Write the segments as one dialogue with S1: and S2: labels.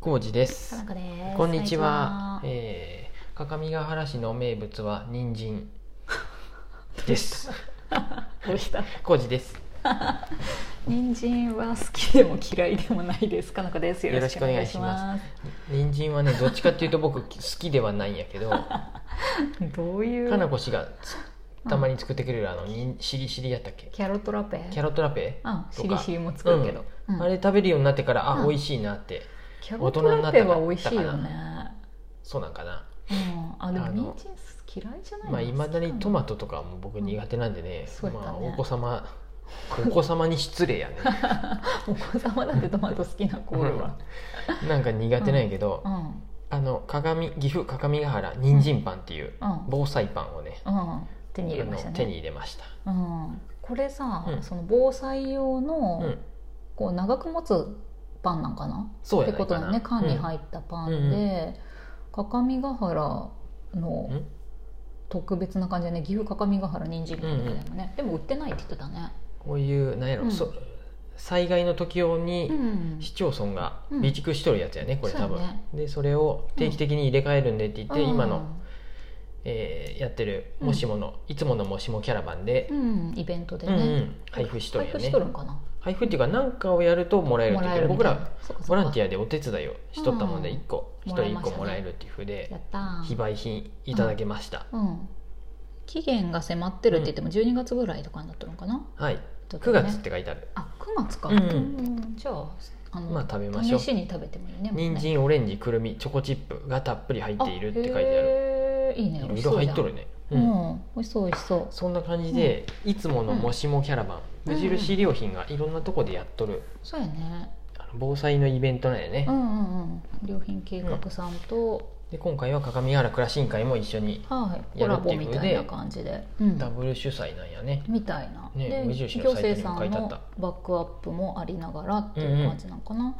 S1: コウジです
S2: かな。こです。
S1: こんにちは。
S2: こんにちは
S1: えー、各務原市の名物は人参 です。
S2: どうした。
S1: コウジです。
S2: 人参は好きでも嫌いでもないです。かなこです。よろしくお願いします。
S1: 人参はね、どっちかっていうと僕好きではないんやけど、か
S2: どういう。
S1: なこ氏がつたまに作ってくれるあの、にんしりしりやったっけ
S2: キャロットラペ。
S1: キャロットラペ
S2: あ、
S1: と
S2: し
S1: か
S2: りしりも作るけど。
S1: うん
S2: うん
S1: あれ食べるようになってから、あ、
S2: うん
S1: 美味しいなって。
S2: キャロットラペは美味しいよ
S1: 大人に
S2: ね。
S1: そうなんかな。
S2: うん、あ、でも
S1: あの
S2: 人参嫌いじゃないの。
S1: まあ、いまだにトマ
S2: ト。
S1: トとかも僕苦手なんでね、
S2: うんそうやっ
S1: ま
S2: た
S1: あ、
S2: ね
S1: お子様、お子様に失礼や ね。
S2: お子様だってトマト好きな子おるわ。
S1: なんか苦手なんやけど、
S2: うん、うん、
S1: あの鏡岐阜各務原人参パンっていう
S2: う
S1: 防災パンをね、
S2: ん、手に入れました
S1: あの
S2: ね。
S1: 手に入れました、
S2: うん、これさ、
S1: うん
S2: その防災用の、
S1: うん、
S2: こう長く持つパンなんかな
S1: そう
S2: っ
S1: や
S2: て
S1: ない
S2: こと
S1: か
S2: だ
S1: な
S2: ね缶に入
S1: っ
S2: ったパン
S1: うんうん
S2: で、各務原の
S1: うん
S2: 特別な感じだね岐阜各務原人参パンみたいなのね、でも売ってないって言ってたね、
S1: こういうなんやろ、
S2: うん
S1: そ災害の時用
S2: う
S1: に
S2: ん
S1: 市町村が
S2: うん
S1: 備蓄しとるやつやね、これ多分
S2: そうやね
S1: でそれを定期的に入れ替えるんでって言って、今の、えーやってる
S2: うん
S1: もしもの、いつものもしもキャラバンで
S2: う、んイベントで
S1: うんう
S2: ね、
S1: ん配布しとる
S2: 配
S1: よ
S2: 布
S1: ね
S2: しとるんかな
S1: 配布っていうか何かをやるともらえるっ
S2: も
S1: て
S2: ら
S1: 言っ
S2: え
S1: て
S2: る
S1: 僕らボランテ
S2: ィ
S1: ィアでお手伝いをしとったもんで
S2: うん
S1: 1個1
S2: も
S1: 人
S2: らい
S1: 1
S2: まし
S1: 個
S2: たね
S1: もらえるっていうふうで
S2: やったー
S1: 非売品いただけました、
S2: うん期限が迫ってるって言っても12月ぐらいとかになったのかな、
S1: はい
S2: ちょっ
S1: 9
S2: とね
S1: 月って書いてある
S2: あ9月か、
S1: うん
S2: うんじゃああの、
S1: まあ食べましょう
S2: 試しに食べてもいいねもうね
S1: 人参オレンジくるみチョコチップがたっぷり入っているって書いてある
S2: るいいね
S1: いろい
S2: 美味しそ
S1: ろ
S2: うじ
S1: 入
S2: ゃ
S1: っ
S2: ん
S1: とるね、
S2: う
S1: うん
S2: ん、美味しそう美味しそう
S1: そんな感じで、いつものもしもキャラバン、
S2: うん
S1: 無印良品がいろんなとこでやっとる
S2: そうやね
S1: あの防災のイベントなんやね、
S2: うんうんうん良品計画さんと、
S1: で今回は各務原倉新会も一緒に
S2: はいコ
S1: やるっ
S2: ラ
S1: て
S2: ボ
S1: いう
S2: み
S1: ことで
S2: たいな感じで、うん
S1: ダブル主催なんやね、
S2: みたいな、
S1: ね
S2: で
S1: 無印
S2: 行
S1: のサイ
S2: 政
S1: トに
S2: さ
S1: も書い
S2: ん
S1: てあっ
S2: の
S1: た
S2: バックアップもありながらっていう感じなのかな、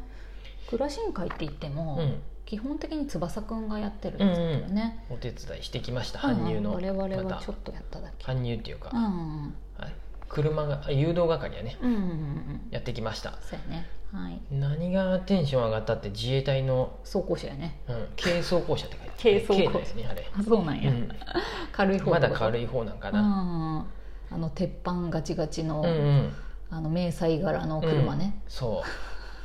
S2: 倉新会って言って
S1: う
S2: も、
S1: ん、
S2: 基本的に翼くんがやってるんですけどね、
S1: お手伝いしてきました
S2: うん
S1: 搬入の、
S2: 我々
S1: ま
S2: は
S1: た
S2: ちょっとやっただけ、
S1: 搬入っていうか、
S2: うんうん
S1: はい車があ誘導係やね
S2: うんうんうんうん
S1: やってきました
S2: そうやねはい
S1: 何がテンション上がったって自衛隊の、
S2: 走行車やね
S1: うん、軽装甲車って書いてある
S2: 軽装甲車
S1: 軽だよね
S2: あそうなん
S1: あれ、
S2: や、軽い
S1: うん、
S2: 方
S1: まだ
S2: い
S1: 軽い方なんかな、
S2: ああの鉄板ガチガチの、
S1: うん、うん
S2: あの迷彩柄の
S1: うん
S2: 車ね、
S1: そ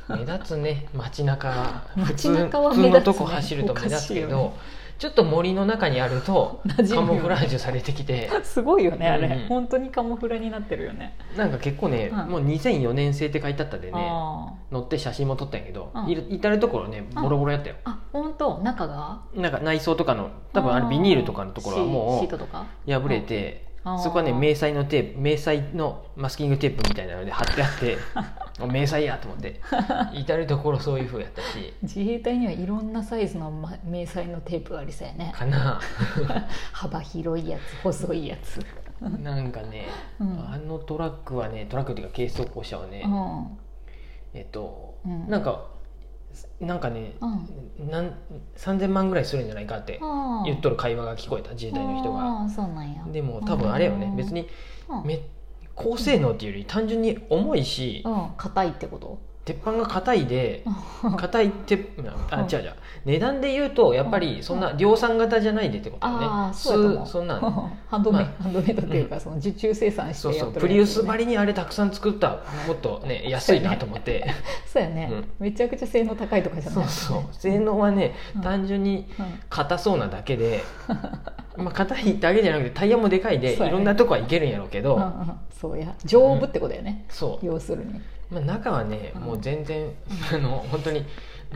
S1: う目立つね街中は
S2: 街中は
S1: 普通
S2: 目
S1: の
S2: 立つ
S1: と
S2: ね
S1: こ走ると目立つけど、
S2: おかしいよね
S1: ちょっと森の中にあると
S2: 馴染
S1: カ
S2: むよね
S1: モフラージュされてきて
S2: すごいよねあれ、
S1: うんうん
S2: 本当にカモフラになってるよね
S1: なんか結構ね、
S2: うん
S1: もう2004年製って書いてあったでね
S2: あ
S1: 乗って写真も撮ったんやけど、
S2: うん
S1: い至る所ねボロボロやったよ
S2: ああ本当中が
S1: なんか内装とかの多分あれビニールとかのところは
S2: シシ
S1: も
S2: ートとか
S1: う破れて
S2: あー
S1: そこはね迷彩のテープ迷彩のマスキングテープみたいなので貼ってあ ってもう迷彩やと思って至る所そういう風やったし
S2: 自衛隊にはいろんなサイズのま迷彩のテープがありそうやね
S1: かな
S2: 幅広いやつ細いやつ
S1: なんかね、
S2: うん
S1: あのトラックはねトラックっていうか軽装甲車はね、
S2: う
S1: えっと、
S2: うん
S1: なんかなんかね、なん3000万ぐらいするんじゃないかって
S2: ん
S1: 言っとる会話が聞こえた自衛隊の人が
S2: あーそうなんや
S1: でも多分あれよね別に
S2: うん
S1: め高性能っていうより単純に重いし、
S2: うん硬いってこと
S1: 鉄板が硬いで 硬い鉄あ
S2: うん
S1: 違う違う値段で言うとやっぱりそんな量産型じゃないでってこと
S2: あ
S1: だ
S2: あ
S1: ね
S2: そうやと思う
S1: すそんなん
S2: ハンドメイド、
S1: ま
S2: ハンドメイドっていうか、その受注生産し
S1: そう
S2: て
S1: そ
S2: や
S1: う
S2: って
S1: プリウスばりにあれたくさん作ったもっと ね安いなと思って
S2: そうやね、
S1: うん
S2: めちゃくちゃ性能高いとかじゃ
S1: そ
S2: な
S1: う
S2: い
S1: そう性能はね
S2: うん
S1: 単純に
S2: うん
S1: 硬そうなだけで まあ硬いだけじゃなくてタイヤもでかいでい
S2: そうやね
S1: ろんなとこはいけるんやろうけ
S2: うん
S1: ど
S2: うんそうや丈夫ってことやね、
S1: そう
S2: 要するに、
S1: まあ、中はね、
S2: うん
S1: もう全然あの本当に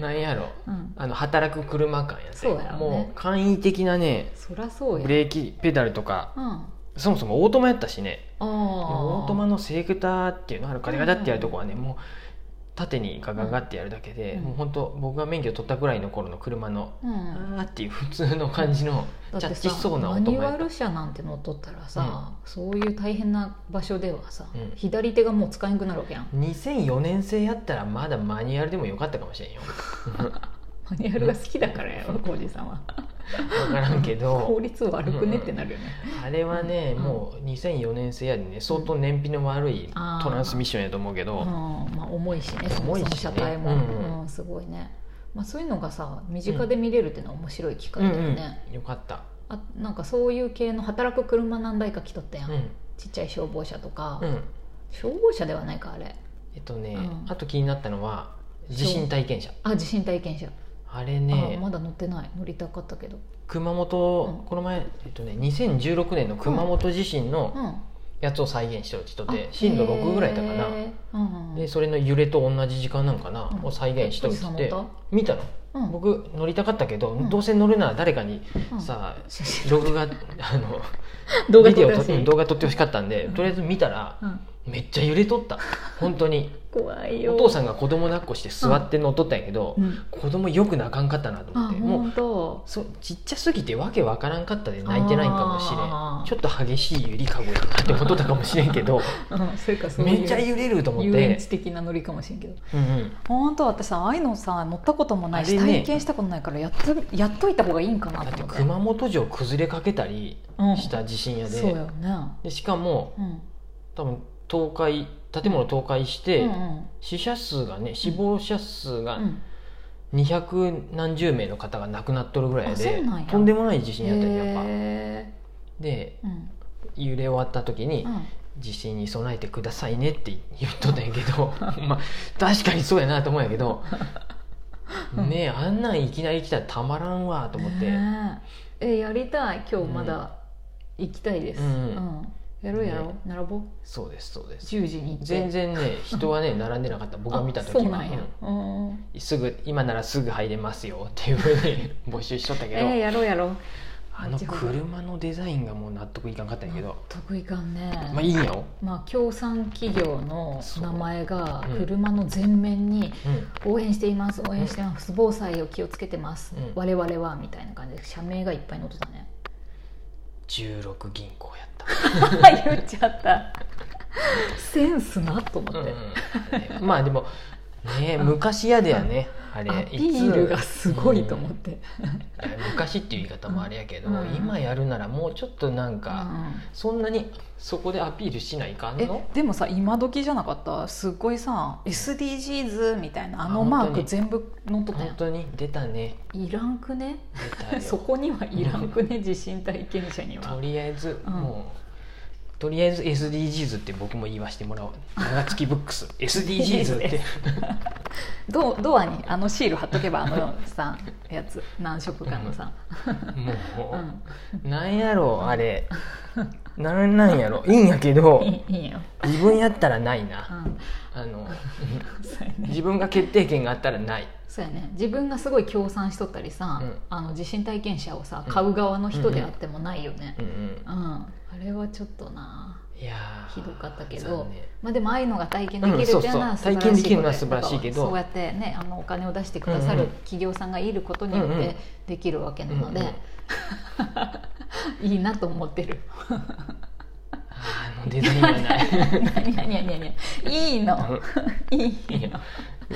S1: なんやろ
S2: うん、
S1: あの働く車感やね
S2: そうやろね
S1: もう簡易的なね
S2: そりゃそうや
S1: ブレーキペダルとか
S2: うんあ
S1: そもそもオートマやったしね
S2: あ
S1: オートマのセクターっていうのあるガチャガチャってやるとこはね、
S2: うん
S1: もう縦にガガガってやるだけで、
S2: うん
S1: もう本当僕が免許取ったぐらいの頃の車の、
S2: うん
S1: あーっていう普通の感じの
S2: だ
S1: チ
S2: っ
S1: ャ
S2: て
S1: ッチ
S2: さ
S1: しそうな
S2: マ
S1: オート
S2: ニュ
S1: マや
S2: ア
S1: った
S2: ル車なんて乗っとったらさ、そういう大変な場所ではさ、
S1: うん
S2: 左手がもう使えんくなるわけやん
S1: 2004年製やったらまだマニュアルでもよかったかもしれんよ
S2: マニュアルが好きだからやろ浩二さんは
S1: 分からんけど
S2: 効率悪くねってなるよね、
S1: あれはね、
S2: うん
S1: もう2004年製やでね相当燃費の悪いト
S2: あー
S1: ランスミッションやと思うけど、
S2: うんまあ、重いしねそ
S1: 重
S2: も
S1: いしね
S2: そも車体も、
S1: うんうん
S2: うんすごいねまあ、そういうのがさ身近で見れるっていうのは面白い機会だよね、
S1: うん、よかった、
S2: あなんかそういう系の働く車何台か来とったやん、
S1: うん
S2: ちっちゃい消防車とか、
S1: うん、
S2: 消防車ではないかあれ
S1: えっとね、
S2: うん
S1: あと気になったのは地震体験車
S2: あ地震体験車、
S1: あれ
S2: あ
S1: ね、
S2: まだ乗ってない乗りたかったけど
S1: 熊本、
S2: うん
S1: この前、えっとね、2016年の熊本地震
S2: う
S1: の
S2: ん
S1: やつを再現してる人で、
S2: あ
S1: 震度6ぐらいだかな、
S2: へーうんうん
S1: でそれの揺れと同じ時間なんかな、
S2: うん
S1: を再現しておい
S2: 富
S1: て
S2: 士山乗っ
S1: 見たの、
S2: うん
S1: 僕乗りたかったけど、
S2: うん
S1: どうせ乗るなら誰かに
S2: うん
S1: さあ、
S2: 写真
S1: 録画あの
S2: 動画
S1: ビ
S2: 撮
S1: デオ
S2: ってほ
S1: 撮
S2: し
S1: う
S2: い
S1: ん動画撮ってほしかったんで、
S2: うん
S1: とりあえず見たら
S2: うん
S1: めっちゃ揺れとった本当 に
S2: 怖いよ
S1: お父さんが子供抱っこして座って乗っとったんやけど、
S2: うん
S1: 子供よく泣かんかったなと思
S2: あ
S1: ってもう
S2: 本当
S1: そうちっちゃすぎてわけわからんかったで泣いてないんかもしれ
S2: あ
S1: ん
S2: ー
S1: ちょっと激しい揺りかごやなって思っとったかもしれんけど
S2: うんそれかそういう
S1: めっちゃ揺れると思っ
S2: 遊園
S1: て
S2: 地、的なノリかもしれんけど
S1: うんうん、
S2: 本当私さああいうのさ乗ったこともないし、
S1: あれね
S2: 体験したことないからやっとやっといた方がいいんかな
S1: だって
S2: と思って
S1: 熊本城崩れかけたり
S2: うん
S1: した地震やで,、
S2: そうよね
S1: でしかも
S2: うん
S1: 多分倒壊建物倒壊して、
S2: うん
S1: 死者数がね死亡者数
S2: う
S1: が
S2: んうん
S1: 二百何十名の方が亡くなっとるぐらい
S2: あ
S1: で、
S2: そうなんや
S1: とんでもない地震やったりやっぱ
S2: へ
S1: で
S2: ーうん
S1: 揺れ終わった時に、
S2: うん
S1: 地震に備えてくださいねって言っとったんやけ どまあ確かにそうやなと思うんやけど
S2: うん
S1: ねえあんなんいきなり来たらたまらんわと思って、
S2: ねええやりたい今日まだ行きたいです、
S1: う
S2: うんんやろうやろう、
S1: ね
S2: 並ぼう
S1: そうですそうです
S2: 10時に行って
S1: 全然ね人はね並んでなかった僕が見た時
S2: あ
S1: は
S2: そうなんや、
S1: う
S2: うん
S1: んすぐ今ならすぐ入れますよっていうふうに 募集しとったけど、
S2: えー、やろうやろう
S1: あの車のデザインがもう納得いかんかったんやけど、
S2: 得意感ね
S1: まあいいんやろ、
S2: まあ、協賛企業の
S1: そう
S2: 名前が
S1: うん
S2: 車の前面に
S1: うん
S2: 「応援しています応援しています防災を気をつけてます、
S1: うん
S2: 我々は」みたいな感じで社名がいっぱい載ってたね
S1: 16銀行やった
S2: 言っちゃったセンスなと思って、
S1: うん うんまあでもね昔やでやねあれ
S2: アピールがすごいと思って、
S1: いつうん昔っていう言い方もあれやけど、
S2: うん
S1: 今やるならもうちょっとなんか、
S2: うん
S1: そんなにそこでアピールしないかん
S2: え
S1: の
S2: でもさ今時じゃなかったすっごいさ SDGs みたいなあ
S1: あ
S2: のマー
S1: 本当
S2: ク
S1: に
S2: 全部載っとったや
S1: 本当に出たね
S2: んいらんくね
S1: 出たよ
S2: そこにはいらんくね地震体験者には
S1: とりあえず、
S2: うん
S1: もうとりあえず SDGs って僕も言わしてもらおう長月ブッ クス SDGs って
S2: ドドアにあのシール貼っとけばあのさやつ何色かのさ、
S1: も
S2: う
S1: う、
S2: ん、
S1: なんやろうあれなんなんやろいいんやけど
S2: いいいいよ、
S1: 自分やったらないうな、
S2: ん、
S1: あの
S2: そうやね
S1: 自分が決定権があったらない
S2: そうやね自分がすごい協賛しとったりさ、
S1: うん
S2: あの地震体験者をさ
S1: うん
S2: 買う側の人であってもないよね
S1: うんうん
S2: うん、あれはちょっとない
S1: やー
S2: ひどかったけど
S1: 残念
S2: まあでもああいうのが体験できるっていうの
S1: うん
S2: は
S1: そう
S2: 素
S1: そ
S2: 晴
S1: う
S2: らしいことや
S1: 体験できるのは素晴らしいけど
S2: そうやってねあのお金を出してくださる企業さんがいることによっ
S1: うんうん
S2: てできるわけなので、
S1: うん
S2: いいなと思ってる
S1: あのデザインはない
S2: 何何何何いいのいいの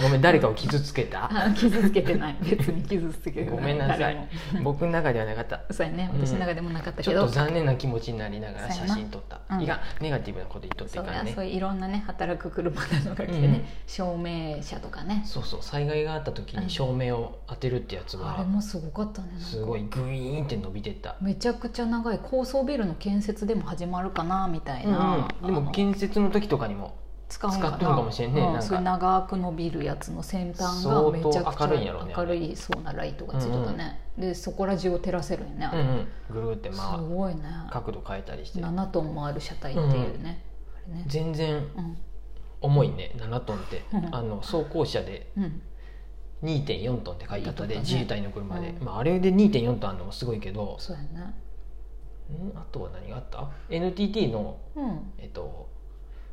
S1: ごめん誰かを傷つけ た
S2: あ傷つけてない別に傷つけてない
S1: ごめんなさ
S2: 誰
S1: い
S2: も
S1: 僕の中ではなかった
S2: そうやね
S1: うん
S2: 私の中でもなかった
S1: ち
S2: け
S1: ょっと
S2: ど、
S1: 残念な気持ちになりながら写
S2: そうやな
S1: 真撮った、
S2: うん
S1: いやネガティブなこと言っとってい
S2: そう
S1: から
S2: や
S1: ね
S2: そういういろんなね働く車なのが来て
S1: うんうん
S2: ね、証明者とかね
S1: そうそう災害があった時に照明を当てるってやつ
S2: あれ
S1: が
S2: もすごかったねなんか
S1: すごいグイーンって伸びてった、
S2: めちゃくちゃ長い高層ビルの建設でも始まるかなみたい
S1: う
S2: な、
S1: んで
S2: あ
S1: も
S2: の
S1: 建設の時とかにも
S2: 使うんか
S1: 使
S2: な
S1: っとるかもしれんね
S2: う
S1: なんか
S2: そういう長く伸びるやつの先端
S1: 相当
S2: がめちゃくち
S1: 明るいんやろうね
S2: ゃ明るいそうなライトがついてたね、でそこら中を照らせるよね、
S1: うんうんぐるーって
S2: す
S1: 回る
S2: ごいね
S1: 角度変えたりして
S2: 7トンもある車体っていうね、あれね
S1: 全然重いね7トンって
S2: うん
S1: あの走行車で
S2: うん、うん、
S1: 2.4トンって書いてあったで
S2: 言っとった
S1: 自
S2: ね
S1: 衛隊の車で、
S2: うん
S1: まあ、あれで2.4トンあるのもすごいけど
S2: そうやね
S1: んあとは何があった ?NTT の
S2: うん
S1: えっと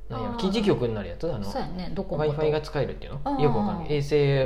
S1: 何
S2: あ
S1: や
S2: ー
S1: 基地局になるやつあの
S2: そうや
S1: w
S2: ねドコ
S1: i
S2: モ
S1: f
S2: と
S1: i が使えるっていう
S2: あ
S1: の
S2: ー
S1: よくわかんない衛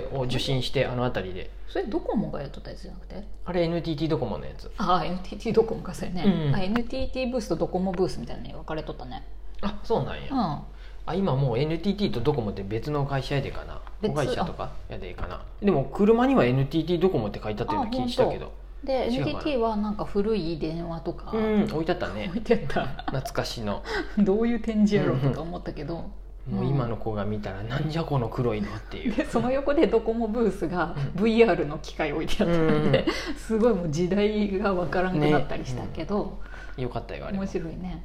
S1: 星を受信してあの辺りで
S2: それドコモがやっとったやつじゃなくて
S1: あれ NTT ドコモのやつ
S2: ああ NTT ドコモかそうやね、
S1: うんうん
S2: あ NTT ブースとドコモブースみたいなのに分かれとったね
S1: あそうなんや、
S2: うん
S1: あ今もう NTT とドコモって別の会社やでかな子
S2: 別
S1: 会社とかやでかなでも車には NTT ドコモって書いてあったような
S2: あ
S1: 気にしたけど
S2: で
S1: 違うかな
S2: NTT はなんか古い電話とか
S1: うん置いてあったね
S2: 置いてあった
S1: 懐かしの
S2: どういう展示やろうとか思ったけど、
S1: うもう今の子が見たらなんじゃこの黒いのって いう
S2: でその横でドコモブースが VR の機械置いてあったので、すごいもう時代がわからんくなったりしたけど、
S1: よかったよあれ
S2: 面
S1: も
S2: 白いね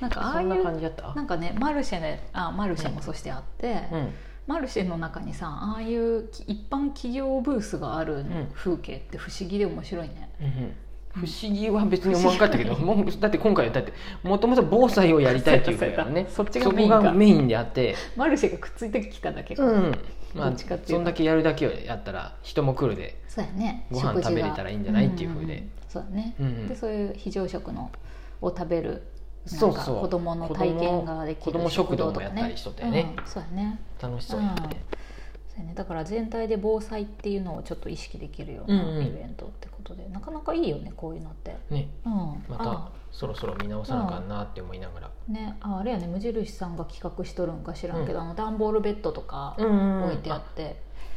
S2: なんかあ
S1: そ
S2: あい
S1: んな感
S2: う
S1: じだった
S2: なんかねマルシェであマルシェもそしてあって、
S1: うん
S2: マルシェの中にさああいうき一般企業ブースがある
S1: ん
S2: 風景って不思議で面白いね、
S1: うん不思議は別に思わなかったけどもうだって今回はだってもともと防災をやりたいっていうからね
S2: そうやそうやそ
S1: そ
S2: っちがメイ
S1: こ
S2: ンか
S1: がメインであって
S2: マルシェがくっついてきただけか、
S1: うんま
S2: ど
S1: あ
S2: っちかっていうと
S1: そんだけやるだけをやったら人も来るで
S2: そうやね
S1: ご飯
S2: 食事が
S1: 食べれたらいいんじゃないっていう風で
S2: んんんそうだね、
S1: うんうん
S2: でそういう非常食のを食べるなん
S1: そう
S2: か
S1: そう
S2: 子供の体験ができる
S1: 子供食堂も
S2: とか
S1: やっ
S2: ね
S1: たりしとったよね
S2: うんそうやね
S1: 楽しそうやったね
S2: そうやねだから全体で防災っていうのをちょっと意識できるよう
S1: うんう
S2: なんイベントってことで、なかなかいいよねこういうのって、
S1: ね
S2: うん、
S1: ま
S2: あ
S1: たそろそろ見直さなあかんなって思いながら
S2: ね、ああれやね無印さんが企画しとるんか知らんけど、あの段ボールベッドとか
S1: ん
S2: 置いてあって、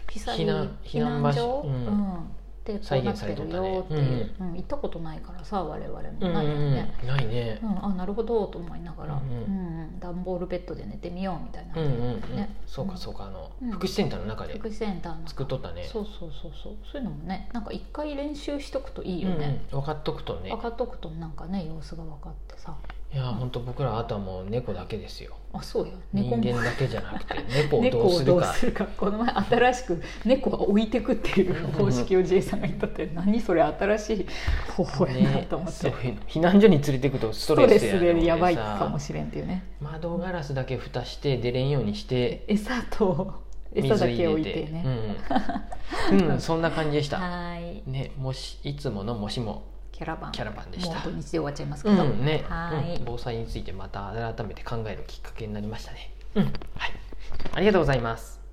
S2: 被災
S1: 避難
S2: 避難
S1: 避
S2: 所、
S1: 難場所うん
S2: でこ
S1: 再
S2: うな
S1: 現
S2: っ
S1: され
S2: て
S1: とっ
S2: る
S1: たね
S2: よっていう、うん行ったことないからさ我々
S1: う
S2: も
S1: ん
S2: ないよね、
S1: うんないね
S2: うんあなるほどと思いながら、
S1: う
S2: うんん
S1: うん
S2: うん段ボールベッドで寝てみようみたいな、
S1: うんうんうん
S2: ね
S1: そうか
S2: うん
S1: そうかあの
S2: うん
S1: 福祉センターの中で
S2: 福祉センターの
S1: 作っとったね
S2: そうそうそうそうそういうのもねなんか一回練習しとくといいよ
S1: うん
S2: ね、
S1: うん分かっとくとね
S2: 分かっとくとなんかね様子が分かってさ
S1: いや本当僕らあとはもう猫だけですよ
S2: あそうや
S1: 人
S2: 猫も
S1: 間だけじゃなく て猫を
S2: 猫
S1: どう
S2: を
S1: す
S2: ど
S1: る
S2: う
S1: か
S2: するかこの前新しく猫は置いてくっていう方式を J さんが言ったって何それ新しい方法やな
S1: ね
S2: と思って、
S1: そういうの避難所に連れていくとス
S2: ス
S1: ト
S2: ト
S1: レ
S2: レ
S1: ス
S2: ス
S1: やの
S2: でやばい
S1: さ
S2: かもしれんっていうね
S1: 窓ガラスだけ蓋して出れんようにして
S2: 餌と餌
S1: 水
S2: だけ
S1: 入
S2: 置
S1: れ
S2: い
S1: て
S2: てね、
S1: うん うんそんな感じでした
S2: はい
S1: ねもしいつものもしも
S2: キャラバン
S1: キャラバンでした
S2: もう土日で終わっちゃいますけ
S1: う
S2: ど、
S1: んね
S2: はい
S1: うん防災についてまた改めて考えるきっかけになりましたねうんはいありがとうございます